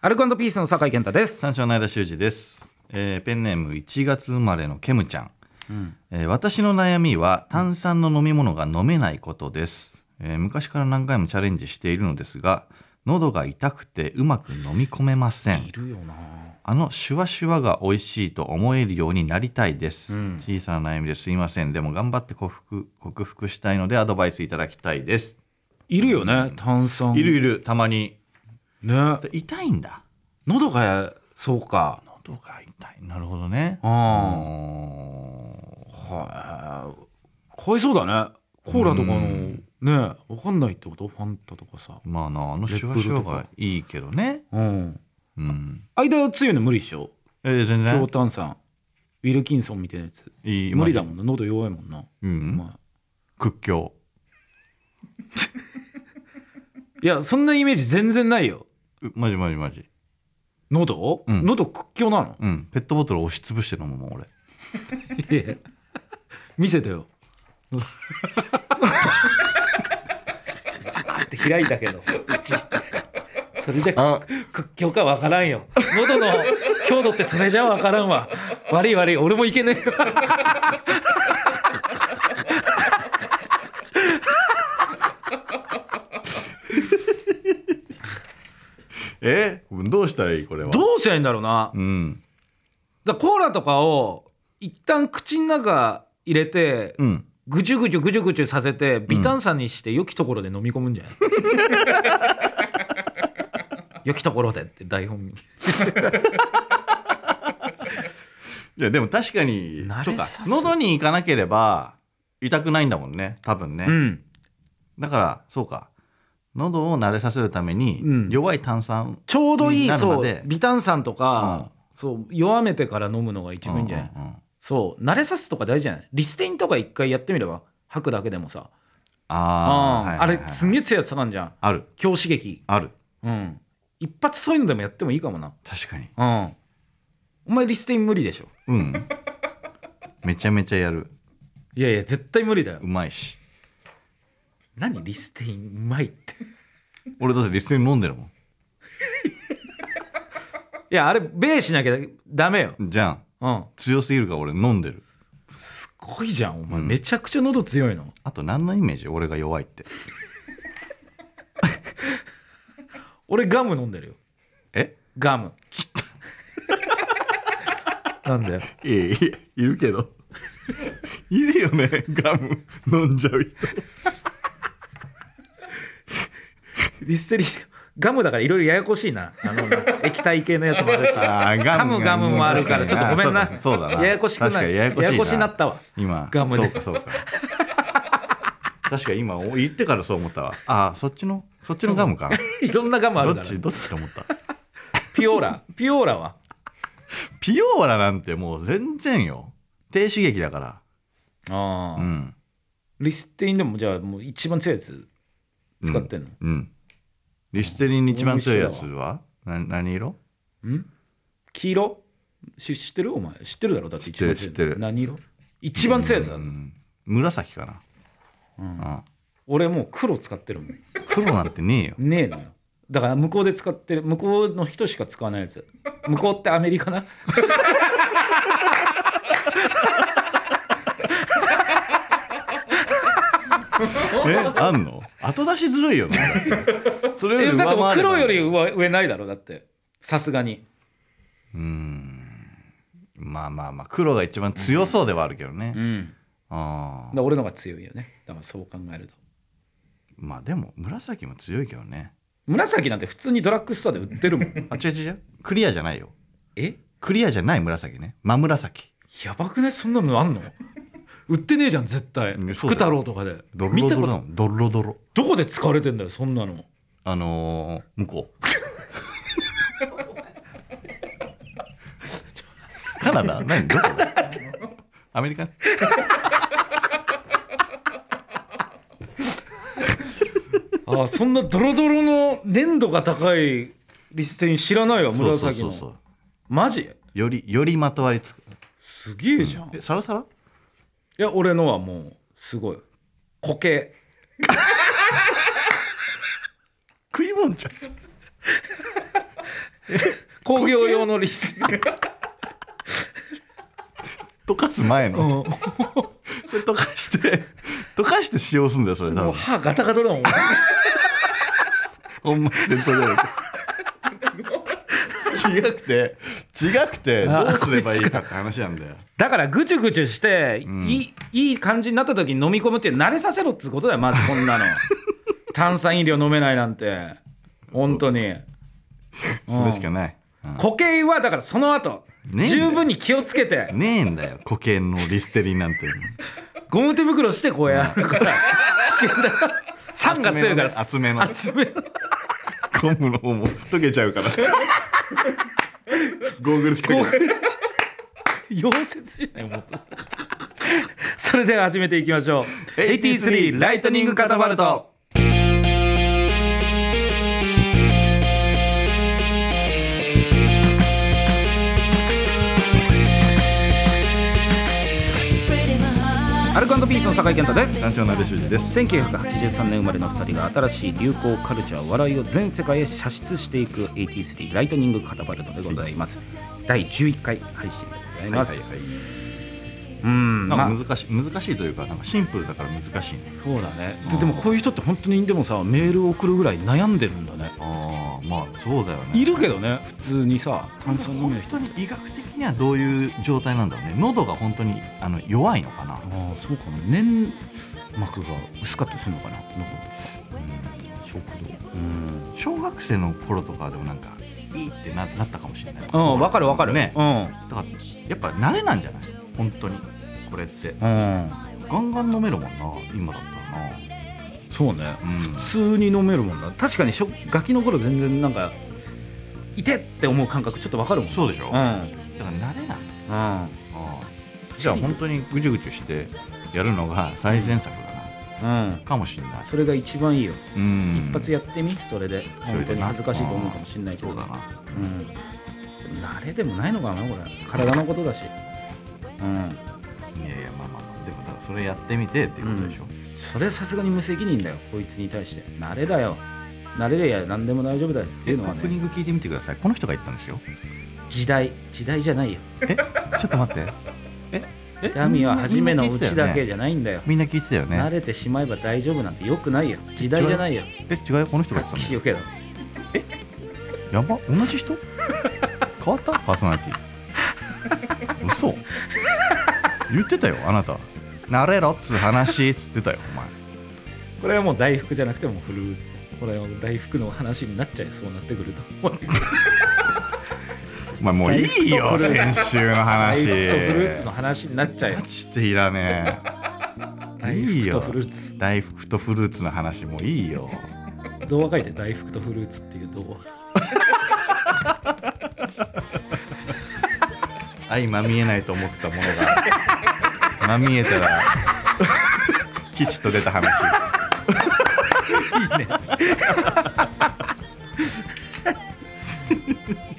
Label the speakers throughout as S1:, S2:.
S1: アルコピースの酒井健太です
S2: 三章の間修二です、えーペンネーム1月生まれのケムちゃん、えー私の悩みは炭酸の飲み物が飲めないことです、えー昔から何回もチャレンジしているのですが喉が痛くてうまく飲み込めません
S1: るよな
S2: あのシュワシュワが美味しいと思えるようになりたいです、小さな悩みですいませんでも頑張って克服克服したいのでアドバイスいただきたいです
S1: いるよね炭酸
S2: いるいるたまに
S1: ね
S2: で痛いんだ
S1: 喉がそうか
S2: 喉が痛いなるほどね
S1: あ
S2: う
S1: あはいかわいそうだねコーラとかのねわかんないってことファンタとかさ
S2: んまあなあのシュワシュワがいいけどね
S1: うん
S2: うん
S1: 間は強いの無理でしょ
S2: えー全
S1: 強
S2: 然
S1: 炭酸ウィルキンソンみたいなやつ
S2: いい
S1: 無理だもんな喉弱いもんな
S2: うん、
S1: まあ
S2: 屈強
S1: いやそんなイメージ全然ないよ
S2: うマジマジマジ
S1: 喉、
S2: うん
S1: 喉屈強なの
S2: うんペットボトル押しつぶして飲むもん俺
S1: いや見せてよあ って開いたけど口それじゃ屈強かわからんよ喉の強度ってそれじゃわからんわ悪い悪い俺もいけねえわ
S2: えどうしたらいいこれは
S1: どうしたらいいんだろうな
S2: うん
S1: だからコーラとかを一旦口の中入れて
S2: うん
S1: ぐちゅぐちゅぐちゅぐちゅさせて微炭酸にして良きところで飲み込むんじゃない、良きところでって台本に
S2: いやでも確かに
S1: 慣れさせ
S2: そうか喉に行かなければ痛くないんだもんね多分ね、
S1: うん
S2: だからそうか喉を慣れさせるために、
S1: うん
S2: 弱い炭酸
S1: ちょうどいい
S2: なるま
S1: そ
S2: で
S1: う微炭酸とか、そう弱めてから飲むのが一番いいんじゃない、
S2: うんうんうん
S1: そう慣れさすとか大事じゃないリステインとか一回やってみれば吐くだけでもさ
S2: あ
S1: うん
S2: ーはい
S1: あ
S2: はいはい
S1: れすげえ強いやつなんじゃん
S2: ある
S1: 強刺激
S2: ある
S1: うん一発そういうのでもやってもいいかもな
S2: 確かに
S1: うんお前リステイン無理でしょ
S2: うんめちゃめちゃやる
S1: いやいや絶対無理だよ
S2: うまいし
S1: 何リステインうまいって
S2: 俺だってリステイン飲んでるも
S1: いやあれベーしなきゃダメよ
S2: んじゃん
S1: うん
S2: 強すぎるから俺飲んでる
S1: すごいじゃんお前、
S2: うん
S1: めちゃくちゃ喉強いの
S2: あと何のイメージ俺が弱いって
S1: 俺ガム飲んでるよ
S2: え
S1: ガムなんだよ
S2: いやいやいるけどいるよねガム飲んじゃう人
S1: リステリンガムだからいろいろややこしいなあの液体系のやつもあるし
S2: あーガ
S1: 噛
S2: ム
S1: むガムもあるからちょっと
S2: 確
S1: ご
S2: に
S1: めんな
S2: あーそうだそうだな
S1: ややこしくな
S2: 確かにややこしい
S1: ややこしになったわ
S2: 今
S1: ガムで
S2: そうかそうか確かに今言ってからそう思ったわあーそっちのそっちのガムか
S1: いろんなガムあ
S2: な
S1: る
S2: ど
S1: か
S2: っ
S1: ら
S2: ちどっちと思った
S1: ピオーラピオーラは
S2: ピオーラなんてもう全然よ低刺激だから
S1: あ
S2: う
S1: あ、
S2: ん
S1: リステリンでもじゃあもう一番強いやつ使ってんの、
S2: うんリステリンに一番強いやつはな何色
S1: 黄色し知ってるお前知ってるだろだって一番強い
S2: 知ってる知ってる
S1: 何色一番強いやつだ、
S2: うん紫かな、うん
S1: 俺もう黒使ってるもん
S2: 黒なんてね えよ
S1: ねえのよだから向こうで使ってる向こうの人しか使わないやつ向こうってアメリカな
S2: えあんの後出しずるいよなだ ってそれより
S1: えだ
S2: 上
S1: ってもう
S2: 回れば
S1: 黒より上上ないだろだってさすがに
S2: まあまあまあ黒が一番強そうではあるけどね、
S1: うん
S2: あ
S1: だ
S2: あ
S1: から俺の方が強いよねだからそう考えると
S2: まあでも紫も強いけどね
S1: 紫なんて普通にドラッグストアで売ってるもん
S2: あ違う違う違うクリアじゃないよ
S1: え
S2: クリアじゃない紫ね真紫
S1: やばくないそんなのあんの売ってねえじゃん絶対
S2: うんそう
S1: 福
S2: だよ
S1: 太郎とかで
S2: ドロ
S1: 見
S2: ド
S1: たこ
S2: ロだ
S1: と
S2: もんドロドロ
S1: どこで使われてんだよそんなの
S2: あのー、向こう カナダ何どこアメリカ
S1: ああそんなドロドロの粘度が高いリステイン知らないわ紫の
S2: そうそうそうそう
S1: マジ
S2: よりよりまとわりつく
S1: すげえじゃん、い
S2: えサラサラ
S1: や俺のはもうすごい固形
S2: 食いもんじゃん
S1: 工業用のリス。
S2: 溶かす前
S1: う
S2: の、
S1: ん
S2: それ溶かして溶かして使用するんだよそれ多
S1: もう
S2: 分
S1: 歯ガタガタだもん。
S2: ほんま戦闘じゃない違くて違くてどうすればいいかって話なんだよ
S1: だからぐちゅぐちゅして、いいいい感じになった時に飲み込むっていう慣れさせろってことだよまずこん なの炭酸飲料飲めないなんて本当に
S2: それしかない、うん
S1: 固形はだからその後
S2: ねえ
S1: 十分に気をつけて
S2: ねえんだよ固形のリステリンなんて
S1: ゴム手袋してこうやるから危険だ酸が強いから
S2: 厚めのね
S1: 厚めの
S2: ゴムの方も溶けちゃう からゴーグルつけて
S1: ゴーグル溶接じゃないもうそれでは始めていきましょう83ライトニングカタパルトアルコピースの酒井健太です
S2: 団長の出修二です
S1: 1983年生まれの2人が新しい流行カルチャー笑いを全世界へ射出していく83ライトニングカタパルトでございます第11回配信でございます、
S2: はいはい
S1: うんま
S2: な
S1: あ
S2: んか難しい難しいというかなんかシンプルだから難しいね
S3: そうだねででもこういう人って本当にでもさメール送るぐらい悩んでるんだね
S2: ああまあそうだよね
S3: いるけどね普通にさ炭酸飲め
S2: 本
S3: る人
S2: 当に医学的にはどういう状態なんだろうね喉が本当にあの弱いのかな
S3: ああそうかな粘膜が薄かったりするのかな
S2: うん食道
S3: うん
S2: 小学生の頃とかでもなんかいいってななったかもしれない
S3: うんわかるわかる
S2: ね
S3: うん
S2: だからやっぱ慣れなんじゃない本当にこれって
S3: うん
S2: ガンガン飲めるもんな今だったらな
S3: そうね
S2: うん
S3: 普通に飲めるもんな確かにしょガキの頃全然なんかいてって思う感覚ちょっとわかるもん
S2: そうでし
S3: う
S2: ょ、
S3: んう
S2: だか
S3: ん
S2: ら慣れなんだ
S3: うん
S2: あーじゃあ本当にぐちゅぐちゅしてやるのが最善策だな、かもしれない
S3: それが一番いいよ
S2: うん
S3: 一発やってみそれで本当に恥ずかしいと思うかもしれないけ
S2: そ
S3: ど
S2: うだな
S3: うん、慣れでもないのかなこれ体のことだし、うん、
S2: いやいやまあまあまあでもだからそれやってみてっていうことでしょ、
S3: それさすがに無責任だよこいつに対して慣れだよ慣れりゃ何でも大丈夫だよっていうのは
S2: オープニ
S3: ね
S2: ング聞いてみてくださいこの人が言ったんですよ
S3: 時代時代じゃないよ
S2: ちょっと待ってええ
S3: 民は初めのうちだけ
S2: じ
S3: じゃないんだよ
S2: みんな聞いてたよ
S3: 慣
S2: ね
S3: れてしまえば大丈夫なんてよくないよ時代じゃないよ
S2: え違うよこの人が言ってたんだ
S3: 聞
S2: よ
S3: よけど
S2: やば同 じ人変わったパーソナリティ嘘言ってたよあなた慣れろっつう話っつってたよお前
S1: これはもう大福じゃなくてもうフルーツこれはもう大福の話になっちゃいそうになってくると
S2: お前もういいよ
S1: 大福とフルー
S2: 先週の
S1: 大福
S2: 話
S1: とフルーツの話になっちゃうよ
S2: マジでいらねえ
S1: 大
S2: いい
S1: 福と
S2: よ
S1: フルーツ
S2: 大福とフルーツの話もういいよ
S1: 動画書いて大福とフルーツっていう動画
S2: 相まみえないと思ってたものがまみえたら きちっと出た話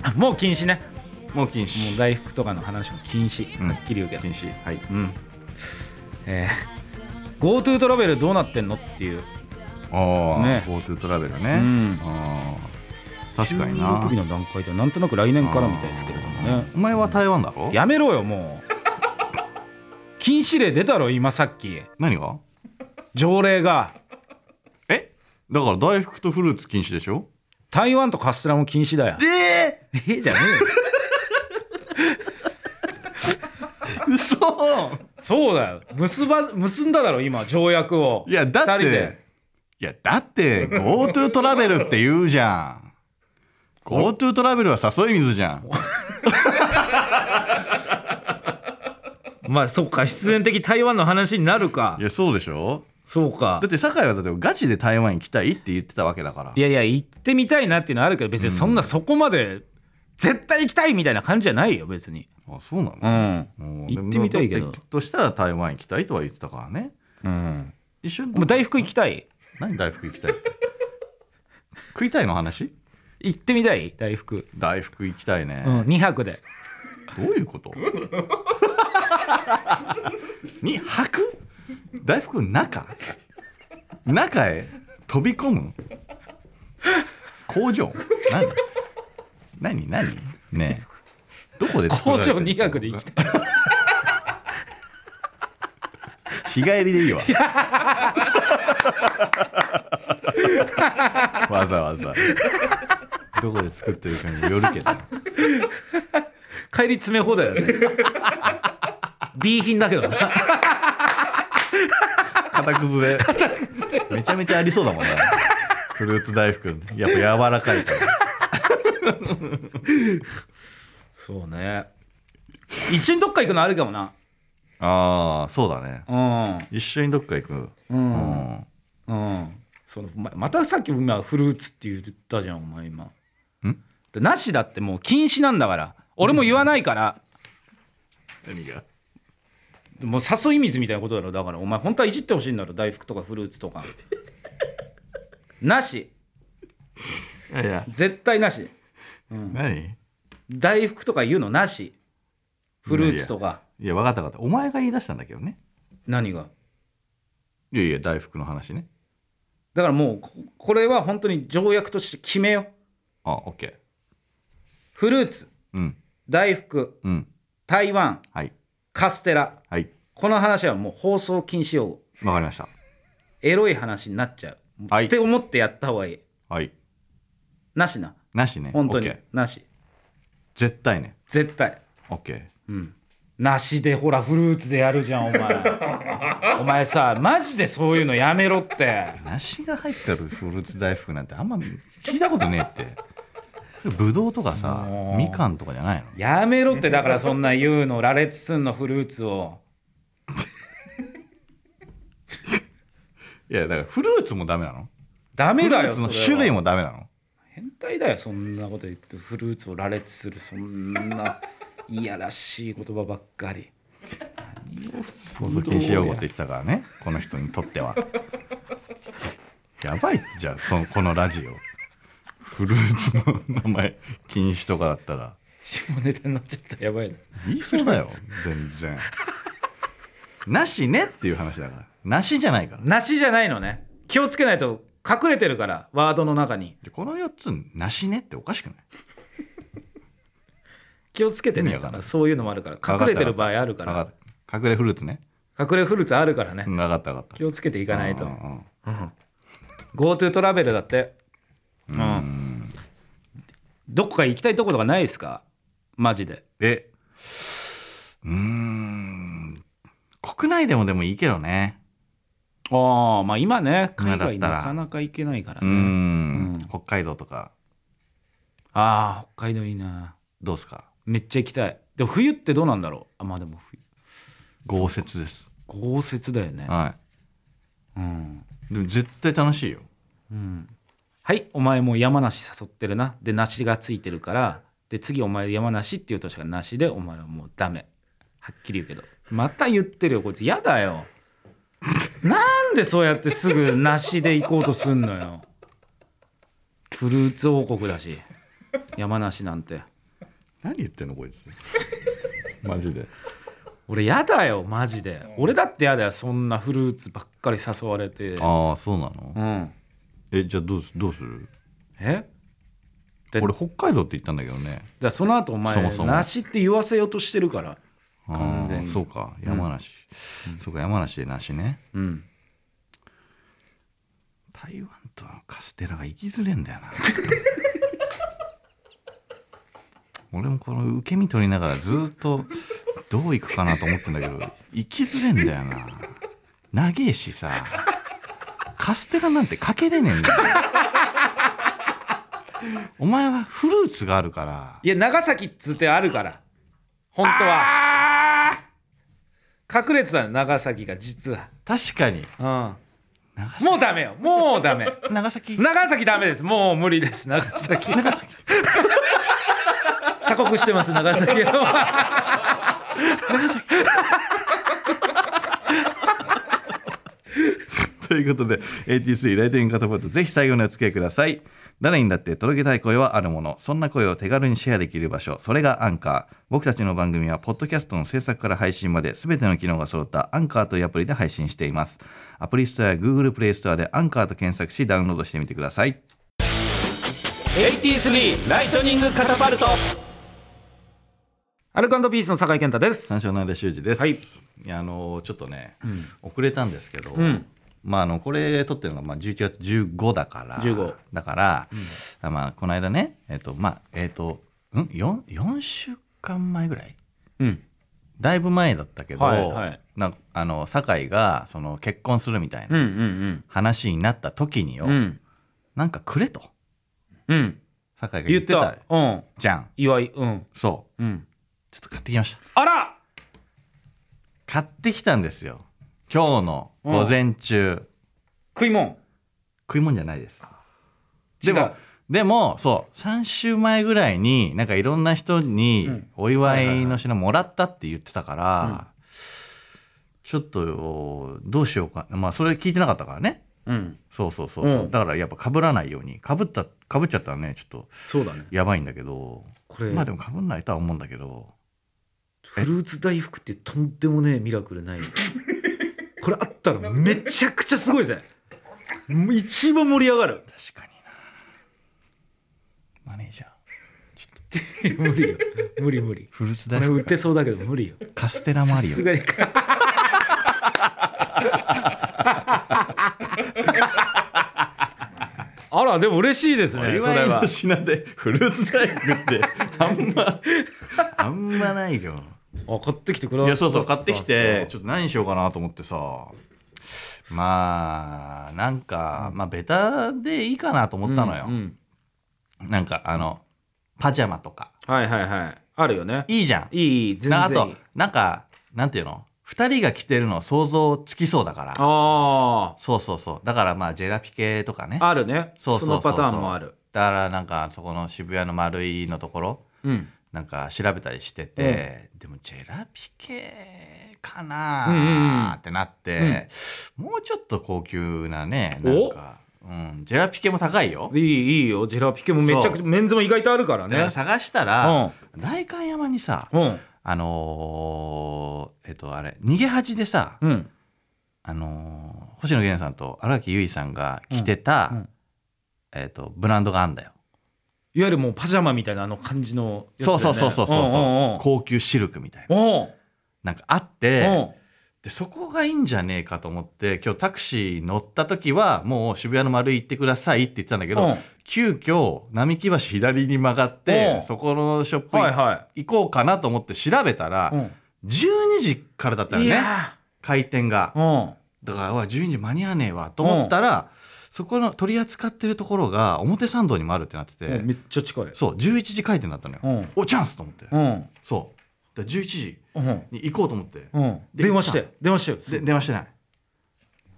S1: あもう禁止ね
S2: もう禁
S1: もう
S2: 止
S1: 大福とかの話も禁止、
S2: うん
S1: はっきり言うけど
S2: 禁止はい
S1: うんえー GoTo トラベルどうなってんのっていう
S2: ああ、
S1: ね
S2: GoTo トラベル
S1: う
S2: ね、
S1: ん
S2: ああ確かに
S3: 収
S2: な
S3: 録日の段階ではなんとなく来年からみたいですけれどもね
S2: お前は台湾だろ
S3: やめろよもう
S1: 禁止令出たろ今さっき
S2: 何が
S1: 条例が
S2: えだから大福とフルーツ禁止でしょ
S1: 台湾とカステラも禁止だよ
S2: でえ
S1: ええじゃねえよ
S2: 嘘
S1: そうだよ結ば結んだだろ今条約を
S2: いやだっ
S1: 二人で
S2: ていやだって GoTo トラベルって言うじゃん GoTo トラベルは誘い水じゃん
S1: まあそうか必然的台湾の話になるか
S2: いやそうでしょ
S1: そうか
S2: だって酒井はだってガチで台湾行きたいって言ってたわけだから
S1: いやいや行ってみたいなっていうのはあるけど別にそんなそこまで絶対行きたいみたいな感じじゃないよ別に
S2: あそうなの
S1: うん、
S2: うん
S1: 行ってみたいけど
S2: でもだっとしたら台湾行きたいとは言ってたからね
S1: うん、
S2: 一緒に
S1: もう大福行きたい
S2: 何大福行きたいって食いたいの話
S1: 行ってみたい大福、
S2: 大福行きたいね、
S1: うん、2泊で
S2: どういうことに履く大福の中中へ飛び込む工場何何何ねえどこで作ら
S4: 工
S2: れてる
S4: 場2泊で行きたい
S2: 日帰りでいいわわざわざどこで作ってるかによるけど
S4: 帰り詰め放題だ ね B 品だけどな
S2: 型崩れ めちゃめちゃありそうだもんなフルーツ大福やっぱ柔らかいから
S1: そうね一緒にどっか行くのあるかもな
S2: ああそうだね
S1: うん
S2: 一緒にどっか行く
S1: う
S2: うんん
S1: うんそのままたさっき今フルーツって言ったじゃんお前今
S2: ん
S1: でなしだってもう禁止なんだから俺も言わないから
S2: 何が
S1: もう誘い水みたいなことだろだからお前本当はいじってほしいんだろ大福とかフルーツとかなし
S2: いやいや
S1: 絶対なし
S2: 何い
S1: 大福とか言うのなしフルーツとか
S2: や分かった分かったお前が言い出したんだけどね
S1: 何が
S2: いやいや大福の話ね
S1: だからもうここれは本当に条約として決めよう
S2: あオッケー
S1: フルーツ
S2: うん
S1: 大福
S2: うん
S1: 台湾
S2: はい
S1: カステラ
S2: はい
S1: この話はもう放送禁止用語
S2: わかりました
S1: エロい話になっちゃう、
S2: はい
S1: って思ってやった方がいい
S2: はい
S1: なしな
S2: なしね
S1: 本当に、
S2: オッケー
S1: なし
S2: 絶対ね
S1: 絶対
S2: オッケー
S1: なしでほらフルーツでやるじゃんお前 お前さマジでそういうのやめろって
S2: 梨が入ってるフルーツ大福なんてあんま聞いたことねえってそれぶどうとかさみかんとかじゃないの
S1: やめろってだからそんな言うの羅列すんのフルーツを
S2: いやだからフルーツもダメなの
S1: ダメ
S2: フル
S1: だ
S2: ー
S1: よ
S2: ツ
S1: それ
S2: の
S1: は
S2: 種類もダメなの
S1: 変態だよそんなこと言ってフルーツを羅列するそんないやらしい言葉ばっかり
S2: 放送禁止用語って言ってたからねこの人にとってはやばいってじゃあそのこのラジオフルーツの名前禁止とかだったら
S1: 下ネタになっちゃったやばいな
S2: 言いそうだよ全然なしねっていう話だからなしじゃないから
S1: 梨じゃないのね気をつけないと隠れてるからワードの中に
S2: でこの4つなしねっておかしくない
S1: 気をつけて
S2: 意
S1: ね
S2: 味わかんない
S1: そういうのもあるから隠れてる場合あるから
S2: わかった隠れフルーツね
S1: 隠れフルーツあるからね
S2: うんわかったわかった
S1: 気をつけていかないと
S2: うんうん
S1: GoTo トラベルだってうんどこか行きたいとことかないですかマジで
S2: えうーん国内でもでもいいけどね
S1: ああまあ今ね海
S2: 今だったら
S1: 外なかなか行けないから
S2: うー
S1: ね、
S2: ん
S1: うん
S2: 北海道とか
S1: ああ北海道いいな
S2: どうですか
S1: めっちゃ行きたいでも冬ってどうなんだろうあまあでも冬
S2: 豪雪です
S1: 豪雪だよね
S2: は
S1: うん
S2: いでも絶対楽しいよ
S1: はいお前もう山梨誘ってるなで梨がついてるからで次お前山梨って言うとしか梨でお前はもうダメはっきり言うけどまた言ってるよこいつやだよ なんでそうやってすぐ梨で行こうとすんのよフルーツ王国だし山梨なんて
S2: 何言ってんのこいつ マジで
S1: 俺やだよマジで俺だってやだよそんなフルーツばっかり誘われて
S2: ああそうなの
S1: うん
S2: えじゃあどうすどうする
S1: えで
S2: 俺北海道って言ったんだけどね
S1: だからその後お前
S2: そもそも
S1: 梨って言わせようとしてるから
S2: あー
S1: 完全に
S2: そうか山梨、そうか山梨で梨ね
S1: うん
S2: 台湾とはカステラが行きづれんだよな俺もこの受け身取りながらずっとどう行くかなと思ってんだけど行きづれんだよな長えしさカステラなんてかけれねえんだよお前はフルーツがあるから
S1: いや長崎っつってあるから本当は隠れてたの長崎が実は、
S2: 確かに
S1: うん、
S2: 長崎
S1: もうダメよもうダメ
S2: 長崎
S1: 長崎ダメですもう無理です長崎
S2: 長崎
S1: 鎖国してます長崎は
S2: ということで AT3 ライトニングカタパルトぜひ最後にお付き合いください誰にだって届けたい声はあるものそんな声を手軽にシェアできる場所それがアンカー僕たちの番組はポッドキャストの制作から配信まで全ての機能が揃ったアンカーというアプリで配信していますアプリストアや Google プレイストアでアンカーと検索しダウンロードしてみてください
S1: 83ライトニングカタパルトアルカンドピースの酒井健太です
S2: 三照の修二です、
S1: はい
S2: いやあのちょっとね、遅れたんですけど、
S1: ん
S2: まあ、あのこれ撮ってるのがまあ11月15だから
S1: 15
S2: だから、あまあ、この間ねえっ、とまあえっ、とん 4, 4週間前ぐらい
S1: うん
S2: だいぶ前だったけど、
S1: はいはい
S2: なんかあの酒井がその結婚するみたい
S1: うん
S2: な話になった時によ、
S1: うんうんうん
S2: なんかくれと
S1: うん
S2: 酒井が言
S1: 言
S2: っ
S1: ってた
S2: た
S1: うん
S2: じゃん
S1: 祝いうん
S2: そう
S1: うん
S2: ちょっと買ってきました
S1: あら
S2: 買ってきたんですよ今日の午前中、
S1: 食いもん
S2: 食い物じゃないです
S1: 違
S2: で
S1: う
S2: もでもそう3週前ぐらいになんかいろんな人
S1: う
S2: に
S1: ん
S2: お祝いの品もらったって言ってたから、ちょっとどうしようかまあそれ聞いてなかったからね
S1: うん
S2: そうそうそうそう、
S1: うん
S2: だからやっぱ被らないように被った被っちゃったらねちょっと
S1: そうだね
S2: やばいんだけど
S1: これ
S2: まあでも被んないとは思うんだけど
S1: フルーツ大福ってとんでもねえミラクル ないよこれあったらめちゃくちゃすごいぜもう一番盛り上がる
S2: 確かになマネージャー
S1: 無理よ無理無理
S2: フルーツ
S1: こ
S2: 大
S1: れ売
S2: 福
S1: ってそうだけど無理よ
S2: カステラマ
S1: さ
S2: リオ
S1: すがにあらでも嬉しいです
S2: お
S1: ねそ
S2: 祝
S1: れ
S2: い
S1: は
S2: の品でフルーツ大福ってあんまあんまないよ
S1: あ買ってきてくださ
S2: い
S1: い
S2: やそうそう買ってきてちょっと何にしようかなと思ってさまあなんかまあベタでいいかなと思ったのよ、
S1: うんうん
S2: なんかあのパジャマとか
S1: はいはいはいあるよね
S2: いいじゃん
S1: いい全
S2: な
S1: 然
S2: あ
S1: いい
S2: となんかなんていうの2人が着てるの想像つきそうだから
S1: あ
S2: そうそうそうだからまあジェラピケとかね
S1: ああるね
S2: そうそうそうそ
S1: のパ
S2: う
S1: ターンもある
S2: だからなんかそこの渋谷の丸いのところ
S1: うん
S2: なんか調べたりしてて、でもジェラピケか
S1: うんうんうん
S2: なーってなって、もうちょっと高級なねな
S1: お
S2: んか、うん、ジェラピケも高いよ、
S1: いいいいよジェラピケもめちゃくちゃ
S2: そ
S1: メンズも意外とあるから
S2: だから
S1: ね
S2: 探したら、代官山にさ
S1: うん
S2: あのーえっとあれ逃げ恥でさ、
S1: うん
S2: あのー星野源さんと荒木由衣さんが着てた、
S1: うんうん
S2: えっとブランドがあんだよ
S1: いわゆるもうパジャマみたいなあの感じのやつだ
S2: そ
S1: よ
S2: う
S1: ね
S2: そうそうそうそ
S1: ん
S2: う,、高級シルクみたいな
S1: うんうん
S2: なんかあって、
S1: うんうん
S2: でそこがいいんじゃねえかと思って今日タクシー乗った時はもう渋谷の丸い行ってくださいって言ってたんだけど、
S1: うん
S2: 急遽並木橋左に曲がって、
S1: うん
S2: そこのショップ
S1: はい
S2: 行
S1: は
S2: 行こうかなと思って調べたら、
S1: い
S2: 12時からだった
S1: うん
S2: よ
S1: い
S2: ね
S1: や
S2: 開店が
S1: ーうん
S2: だからうわ12時間に合わねえわと思ったら、そこの取り扱ってるところが表参道にもあるってなってて、
S1: うんめっちゃ近い
S2: そう11時開店だったのよ、
S1: うん
S2: おチャンスと思って、
S1: うん
S2: そうだから11時
S1: うん
S2: に行こうと思って、
S1: うん
S2: で
S1: 電話して電話してよ
S2: で電話してない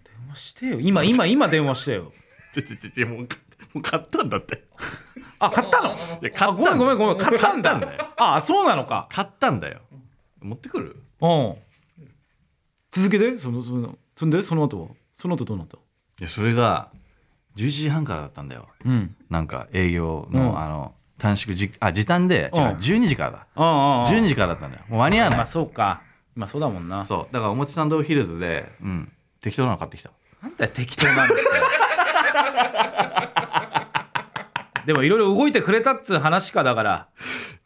S1: 電話してよ今今今電話してよ
S2: ちょちょちょちょもう買もう買ったんだって
S1: あ買ったの
S2: いや買った
S1: あごめんごめんごめん買ったん
S2: 買ったんだ
S1: だ あそうなのか
S2: 買ったんだよ持ってくる
S1: うん続けてそのそのそんでその後はその後どうなった
S2: いやそれが11時半からだったんだよ
S1: うん
S2: なんか営業の,、
S1: うん
S2: あの短縮じあ時短で違う、
S1: うん
S2: 12時からだ
S1: ああああ
S2: 12時からだったんだよもう間に合わない、
S1: まあそうかまあそうだもんな
S2: そうだから表参道ヒルズで、うん、適当なの買ってきた
S1: なんだよ適当なんだよ でもいろいろ動いてくれたっつう話かだから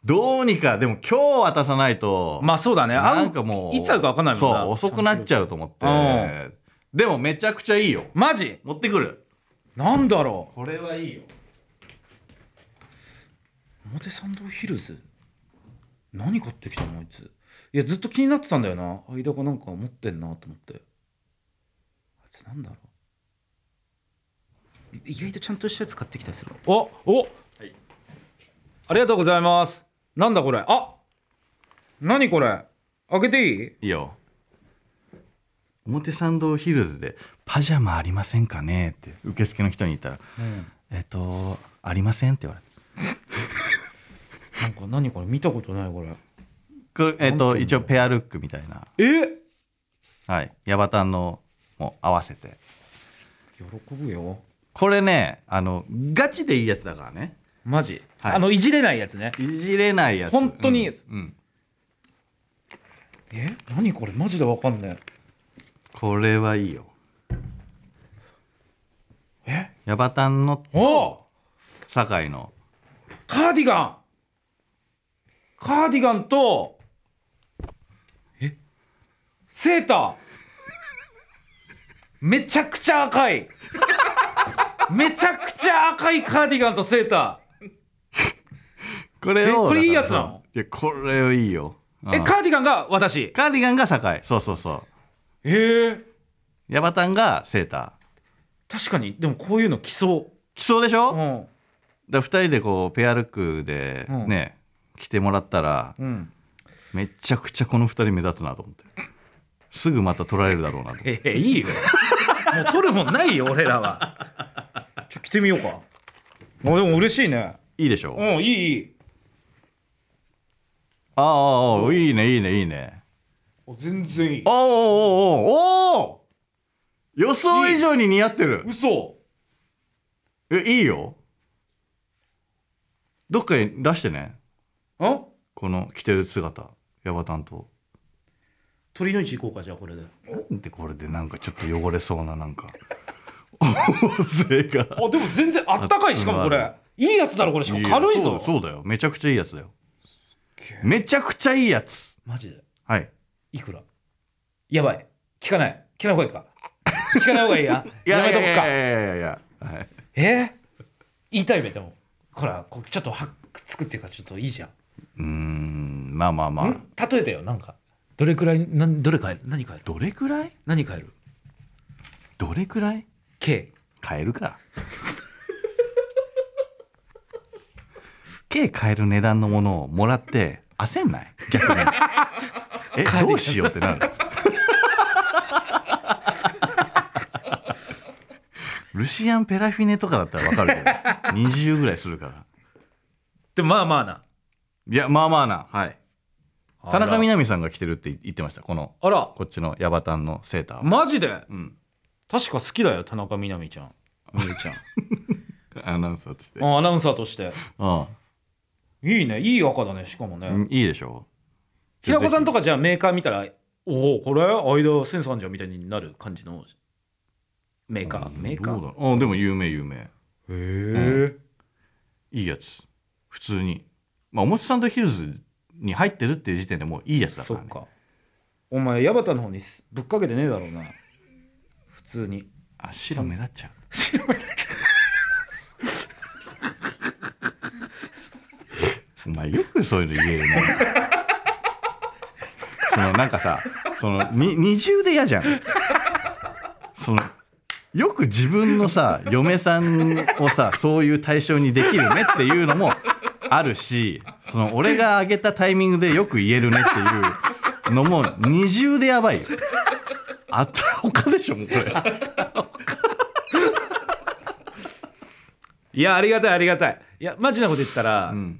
S2: どうにかでも今日渡さないと
S1: まあそうだね
S2: な
S1: 会
S2: んかもう
S1: いつ会うか分かんないもんな
S2: そう遅くなっちゃうと思ってでもめちゃくちゃいいよ
S1: マジ
S2: 持ってくる
S1: なんだろ
S2: これはいいよ
S1: う表参道ヒルズ何買ってきたのあいついやずっと気になってたんだよな間がなんか持ってんなと思ってあいつなんだろうい意外とちゃんとしたやつ買ってきたりするおお、ありがとうございますなんだこれあ何これ開けていい
S2: いいよ表参道ヒルズで「パジャマありませんかね?」って受付の人に言ったら「えっとありません」って言われて
S1: なんか何これ見たことないこれ
S2: これ、えっ
S1: 本
S2: と、
S1: 当に
S2: 一応ペアルックみたいな
S1: え
S2: はいヤバタンのも合わせて
S1: 喜ぶよ
S2: これねあのガチでいいやつだからね
S1: マジ、
S2: はい
S1: あのいじれないやつね
S2: いじれないやつ
S1: 本当にいいやつ
S2: うんうん
S1: え何これマジでわかんね
S2: これはいいよ
S1: え
S2: ヤバタンの
S1: お
S2: 酒井の
S1: カーディガンカーディガンとえセーターめちゃくちゃ赤いめちゃくちゃ赤いカーディガンとセータ
S2: これを
S1: えこれいいや
S2: だ
S1: つ
S2: から
S1: なの
S2: いやこれいいよ
S1: ーえ
S2: うん
S1: カーディガンが私
S2: カーディガンが堺そうそうそう
S1: へえ
S2: ヤバタンがセーター
S1: 確かにでもこういうの着そ
S2: 着そうでしょ、
S1: うう
S2: だか
S1: ん
S2: ら2人でこうペアルックで
S1: うん
S2: ね、着てもらったら
S1: うん
S2: めちゃくちゃこの2人目立つなと思ってすぐまた取られるだろうなと
S1: ええいいよもう取るもんないよ俺らはちょ着てみようかあでも嬉 しいね
S2: いいでしょ、
S1: う
S2: あ
S1: んいいいい
S2: あああいいねいいねいいね
S1: 全然いい
S2: おーおーおーおーおー予想以上に似合ってる
S1: 嘘
S2: えいいよどっかに出してね
S1: あ
S2: この着てる姿ヤバタンと
S1: 鳥の位置行こうかじゃあこれで
S2: なんでこれでなんかちょっと汚れそうな なんか大勢が
S1: あでも全然あったかいしかもこれいいやつだろこれしかも軽い
S2: や
S1: ぞ
S2: そうそうだよめちゃくちゃいいやつだよめちゃくちゃいいやつ
S1: マジで
S2: はい
S1: いくらやばい聞かない聞かない方がいいか聞かない方 がいいややめとくか
S2: いやいやいやはい
S1: えー言いたいべでもほらこうちょっとはっつくっていうかちょっといいじゃん
S2: うーんまあまあまあ
S1: ん例えてよなんかどれくらいなんどれ買える何買える
S2: どれくらい
S1: 何買える
S2: どれくらい
S1: K
S2: 買えるか計買える値段のものをもらって焦んない逆に え
S1: 買える
S2: どうしようってなる ルシアン・ペラフィネとかだったら分かるけど20ぐらいするから
S1: でもまあまあない
S2: やまあまあなはい田中み
S1: な
S2: な実さんが着てるって言ってましたこの
S1: あら
S2: こっちのヤバタンのセーターは、
S1: マジで
S2: うん、
S1: 確か好きだよ田中みな実ちゃんみゆちゃ ん
S2: アナウンサーとして
S1: あアナウンサーとして
S2: う
S1: いいねいい赤だねしかもね、
S2: んいいでしょ
S1: 平子さんとかじゃあメーカー見たらおおこれ間センスあんじゃんみたいになる感じのメーカー、メーカ
S2: ど
S1: ー
S2: うだろうあでも有名有名
S1: へえ、
S2: いいやつ普通にまあおもちさんとヒルズに入ってるっていう時点でもういいやつだか
S1: そ
S2: ら、
S1: っ
S2: ね、
S1: かお前矢端の方にすぶっかけてねえだろうな普通に
S2: あ 白目立っちゃう白目立っちゃうお前よくそういうの言えるね そのなんかさそのに二重で嫌じゃんそのよく自分のさ嫁さんをさそういう対象にできるねっていうのもあるしその俺が上げたタイミングでよく言えるねっていうのも二重でやばいよあったほかでしょもうこれ。
S1: いやありがたいありがたいいやマジなこと言ったら、
S2: うん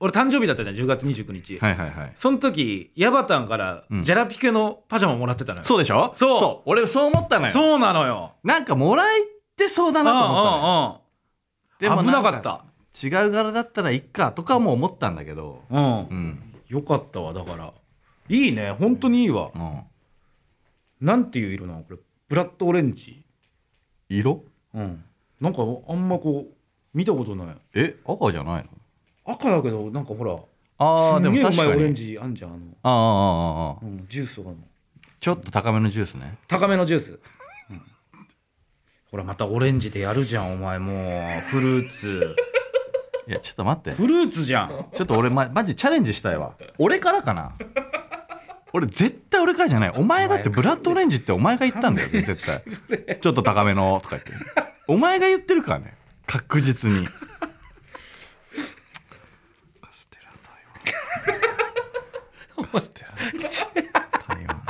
S1: 俺誕生日だったじゃん10月29日、
S2: はいはいはい。
S1: その時ヤバタンから
S2: ん
S1: ジャラピケのパジャマもらってたのよ、
S2: そうでしょ
S1: そう
S2: 俺そう思ったのよ。
S1: そうなのよ
S2: なんかもらえてそうだ
S1: うんう
S2: なと
S1: ん
S2: 思ったのよ
S1: うん
S2: でも
S1: 危なんかった
S2: 違う柄だったらいっかとかも思ったんだけど。
S1: うん、
S2: うん。
S1: よかったわだからいいね本当にいいわ、
S2: うん。
S1: なんていう色なのこれブラッドオレンジ
S2: 色
S1: うんなんかあんまこう見たことない
S2: え赤じゃないの
S1: 赤だけどなんかほら
S2: ああ、
S1: す
S2: で
S1: ん
S2: も
S1: げえう
S2: 確
S1: まい
S2: か
S1: オレン
S2: に。
S1: ジあんじゃんあの、
S2: ああああああああ
S1: うん、ジュースとかの
S2: ちょっと高めのジュースね。
S1: 高めのジュース、ほらまたオレンジでやるじゃんお前もうフルー ツ
S2: いや、ちょっと待って。
S1: フルーツじゃん
S2: ちょっと俺、ま、マジチャレンジしたいわ。俺からかな俺絶対俺からじゃない。お前だってブラッドオレンジってお前が言ったんだよ、絶対。ちょっと高めのとか言って。お前が言ってるからね。確実に。カステラ台湾。カステラ台湾。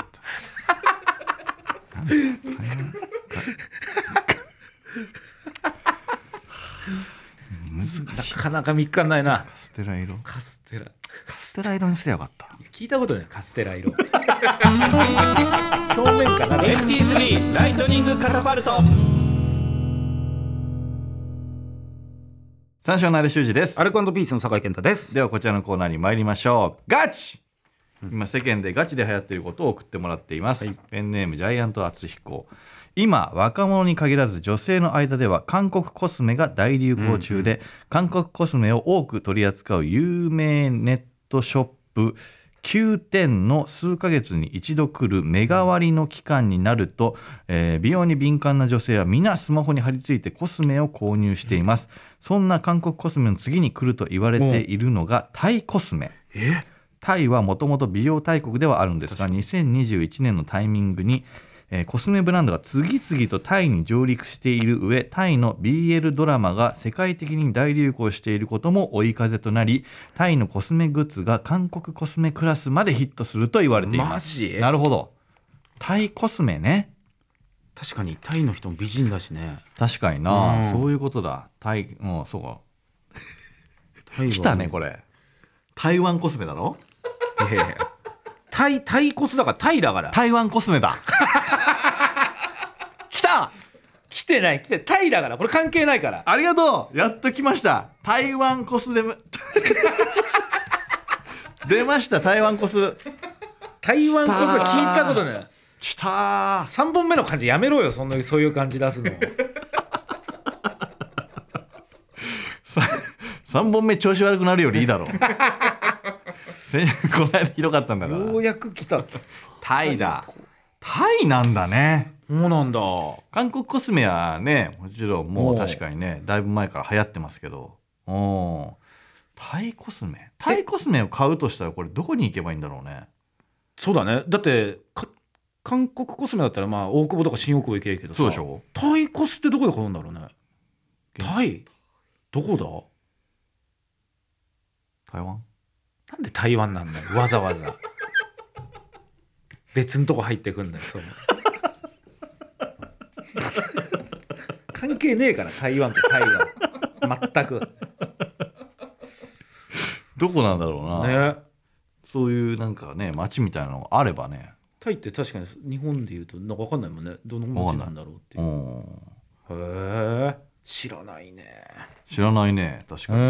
S1: なかなか見っかんないな
S2: カステラ色。
S1: カステラ
S2: カステラ色にすりゃよかった。
S1: 聞いたことないカステ ラ色表面かな
S5: 3ライトニングカタパルト
S2: 三章のあれ修二です
S1: ア。ルコピースの酒井健太です
S2: ではこちらのコーナーに参りましょう。ガチ今世間でガチで流行っていることを送ってもらっています、ペンネームジャイアント厚彦今若者に限らず女性の間では韓国コスメが大流行中で、韓国コスメを多く取り扱う有名ネットショップ9点の数ヶ月に一度来る目代わりの期間になると、えー美容に敏感な女性は皆スマホに貼り付いてコスメを購入しています、そんな韓国コスメの次に来ると言われているのがタイコスメタイはもともと美容大国ではあるんですが2021年のタイミングに、えーコスメブランドが次々とタイに上陸している上タイの BL ドラマが世界的に大流行していることも追い風となりタイのコスメグッズが韓国コスメクラスまでヒットすると言われてい
S1: マ
S2: ます
S1: ジ
S2: なるほどタイコスメね
S1: 確かにタイの人も美人だしね
S2: 確かにな、
S1: うん
S2: そういうことだタイうんそうか
S1: タイは
S2: 来たねこれ台湾コスメだろ
S1: いやいやタイタイコスだからタイだから
S2: 台湾コスメ だ来た
S4: 来てない来てタイだからこれ関係ないから
S2: ありがとうやっと来ました台湾コスで も出ました台湾コス
S4: 台湾こそ聞いたことない
S2: 来たー
S4: 3本目の感じやめろよそんなそういう感じ出 すの
S2: 3本目調子悪くなるよりいい だろうせこの間ひどかったんだから
S4: ようやく来た
S2: タイだタイなんだね
S1: そうなんだ
S2: 韓国コスメはねもちろんも
S1: も
S2: う
S1: う
S2: 確かにねだいぶ前から流行ってますけどおータイコスメタイコスメを買うとしたらこれどこに行けばいいんだろうね
S1: そうだねだってか韓国コスメだったらまあ大久保とか新大久保行けばいいけどさ
S2: そうでしょ
S1: タイコスってどこで買うんだろうねタイどこだ
S2: 台湾
S1: なんで台湾なんだよわざわざ別のとこ入ってくんだよそう
S4: 関係ねえから台湾とタイは全く
S2: どこなんだろうな、
S1: ね
S2: そういうなんかね街みたいなのがあればね
S1: タイって確かに日本でいうとなんか分かんないもんねどの街なんだろうっていう
S2: う
S1: へ
S2: ん
S1: え知らないね
S2: 知らないね確か
S1: う
S2: に、
S1: ん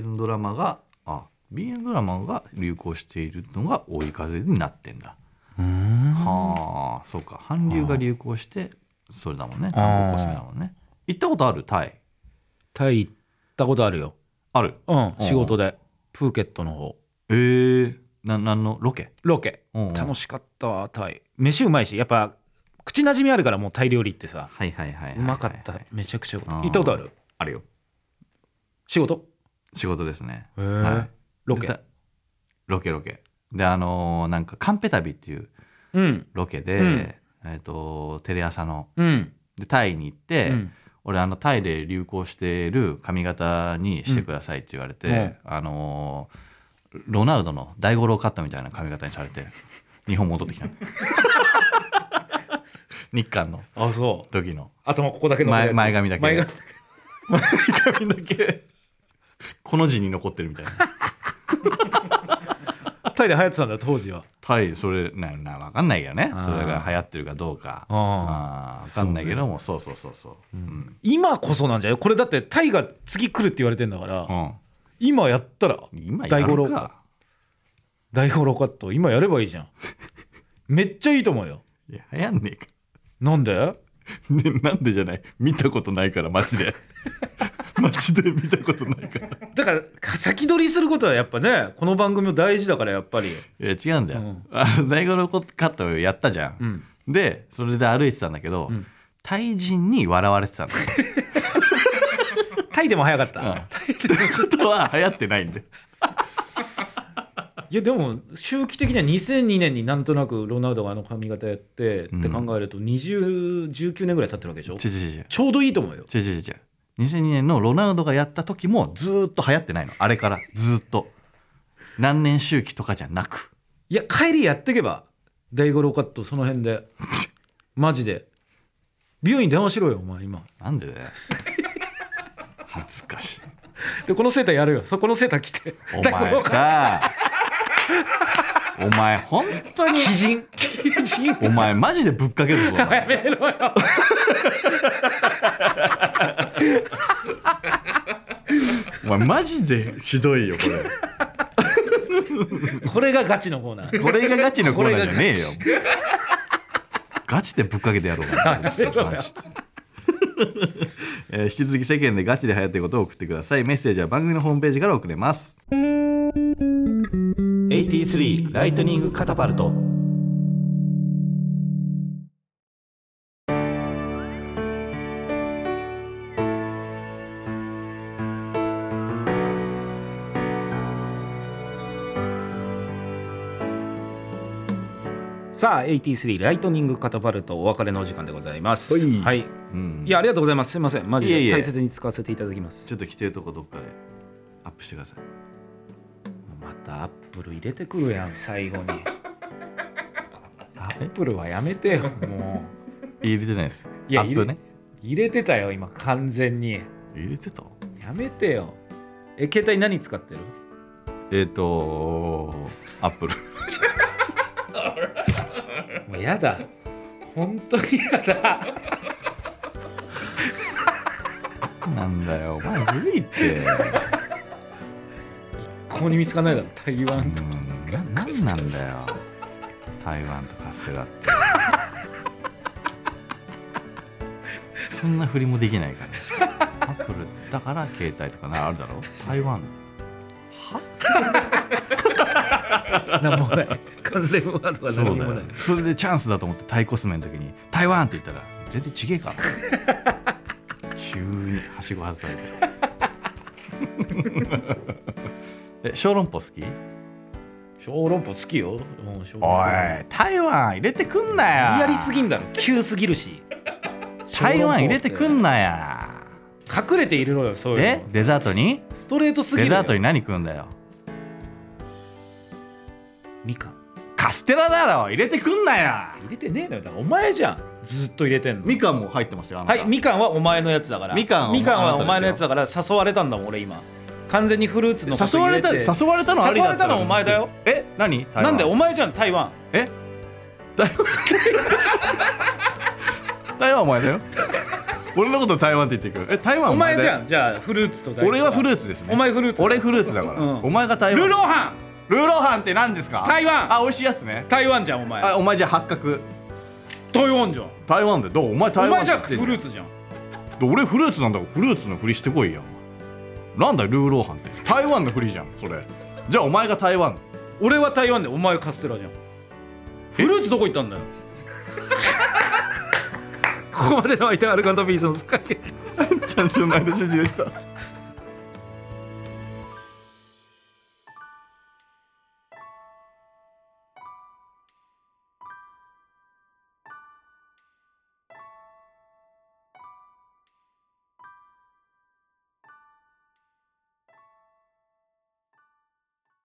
S2: BL ドラマがあ BL ドラマが流行しているのが追い風になってんだはあそうか韓流が流行してそれだもんね韓国コスメだもんね行ったことあるタイ
S1: タイ行ったことあるよ
S2: ある
S1: うん仕事でプーケットの方
S2: えー、ななんのロケ
S1: ロケ
S2: うんうん
S1: 楽しかったわタイ飯うまいしやっぱ口なじみあるからもうタイ料理ってさ
S2: はいはいはいはいはいう
S1: まかっためちゃくちゃよか
S2: あ
S1: った行
S2: ー
S1: ったことある
S2: あるよ
S1: 仕事
S2: 仕事ですね
S1: へえ
S2: はい
S1: ロケ
S2: でたロケロケであのーなんかカンペ旅っていう
S1: うん
S2: ロケで、
S1: うん
S2: えー、とテレ朝の
S1: うん
S2: でタイに行って、
S1: うん
S2: 俺あのタイで流行している髪型にしてくださいって言われて、
S1: うんうん
S2: あのーロナウドの大五郎カットみたいな髪型にさ れて日本戻ってきたの日韓の
S4: あそう
S2: 時の
S4: 頭ここだけ残るやつ
S2: 前前髪だけ
S4: 前
S2: 前
S4: 髪
S2: 髪だけこの字に残ってるみたいな
S4: タイで流行ってたんだよ当時は
S2: タイそれなな分かんないけどね
S1: あー
S2: それが流行ってるかどうか
S1: あー
S2: 分かんないけどもそう,、そうそうそううん、
S1: 今こそなんじゃないこれだってタイが次来るって言われてんだから、
S2: うん
S1: 今やったら
S2: 今や
S1: 大五
S2: る
S1: 郎
S2: か
S1: 大五郎カット今やればいいじゃんめっちゃいいと思うよ
S2: いや流行んねえか
S1: なんで
S2: ね、なんでじゃない見たことないから街で 街で見たことないから
S1: だからか先取りすることはやっぱねこの番組も大事だからやっぱり
S2: いや違うんだよ、
S1: うん
S2: あの大五郎カットやったじゃ、
S1: うんん
S2: でそれで歩いてたんだけど、
S1: ん
S2: タイ人に笑われてたんだよ
S1: タイでも早かった、
S2: うんってことは流行ってないんで
S1: いやでも周期的には2002年になんとなくロナウドがあの髪型やって、
S2: うん
S1: って考えると2019年ぐらい経ってるわけでしょ
S2: 違う違う
S1: ちょうどいいと思うよ
S2: 違う違う違う違う2002年のロナウドがやった時もずーっと流行ってないのあれからずーっと何年周期とかじゃなく
S1: いや帰りやってけば大五郎カットその辺でマジで美容院電話しろよお前今
S2: なんでだ よ恥ずかしい
S1: でこのセーターやるよそこのセーター着て
S2: お
S1: 大五郎
S2: 前
S1: カッ
S2: さお前本当に
S1: ト鬼人鬼人
S2: お前マジでぶっかけるぞお前
S1: やめろよ
S2: お前マジでひどいよこれ
S4: これがガチのコーナー
S2: これがガチのコーナーじゃねえよ
S4: こ。
S2: ガチでぶっかけてやろうかな。マジでえー引き続き世間でガチで流行ってることを送ってください。メッセージは番組のホームページから送れます。
S5: 83ライトニングカタパルト
S1: さあ83ライトニングカタパルトお別れのお時間でございます
S2: はい
S1: はい、
S2: うん
S1: いやありがとうございますすいませんマジ
S2: いえい
S1: で
S2: え
S1: 大切に使わせていただきます
S2: ちょっと着てるとこどっかでアップしてください。
S1: またアップル入れてくるやん最後に アップルはやめてよも
S2: 入れてないです。
S1: いや
S2: アップね。
S1: う入れてたよ今完全に
S2: 入れてた
S1: やめてよえ携帯何使ってる
S2: えっ、とアップル。
S1: もうやだ本当にやだ
S2: なんだよ、お前ずるいって。
S1: ここに見つかんないだろ台湾と
S2: うんななんなんだよ。台湾とカステラって。そんな振りもできないから。アップルだから携帯とかなあるだろ。台湾。
S4: 何もない関連ワードは
S2: そうだ
S4: 何もな
S2: よ
S4: い。
S2: それでチャンスだと思ってタイコスメの時に台湾って言ったら全然ちげえから。急にはしご外されて。え小籠包好き？
S4: 小籠包好きよ、うん、小籠
S2: お
S4: 包
S2: い台湾入れてくんなよ。
S1: やりすぎんだろ急すぎるし
S2: 台湾入れてくん
S1: な
S2: なや
S1: 隠れて入れろよそういう
S2: で
S1: の
S2: デザートに
S1: ストレートすぎる
S2: デ
S1: よ
S2: ザートに何食うんだよ
S1: みかん
S2: カステラだろ入れてくんなや
S1: 入れてねえのよだからお前じゃんずっと入れてんの
S2: みかんも入ってますよあな
S1: は
S2: た
S1: いみかんはお前のやつだから
S2: みかんは
S1: みかんは
S2: あなたですよ
S1: お前のやつだから誘われたんだもん俺今完全にフルーツのこと
S2: 誘わ
S1: 入
S2: れ
S1: れて
S2: た誘われたのあり
S1: 誘
S2: だった
S1: われたのお前だよ
S2: え何台湾
S1: なんでお前じゃん台湾
S2: え台湾 台湾お前だよ俺のこと台湾って言ってくるえ台湾
S1: お前じゃ
S2: ん
S1: んじゃあフルーツと大根
S2: 俺はフルーツですね
S1: お前フルーツ
S2: 俺フルーツだから、
S1: うん
S2: お前が台
S1: ル
S2: 湾
S1: ーローハン
S2: ルーローハンって何ですか
S1: 台湾
S2: あ美味しいやつね
S1: 台湾じゃんお前
S2: あお前じゃあ八角
S1: 台湾じゃん
S2: 台湾でどうお前
S1: お
S2: 台湾
S1: 前
S2: って
S1: じゃん
S2: 言ってん
S1: フルーツじゃん
S2: で俺フルーツなんだからフルーツのふりしてこいやなんだよルーローハンって台湾のふりじゃんそれじゃあお前が台 湾
S1: 俺は台湾でお前カステラじゃんフルーツどこ行ったんだよ
S4: ここまでの相手はアルカントピースのスカイ
S2: 三四の間主人でした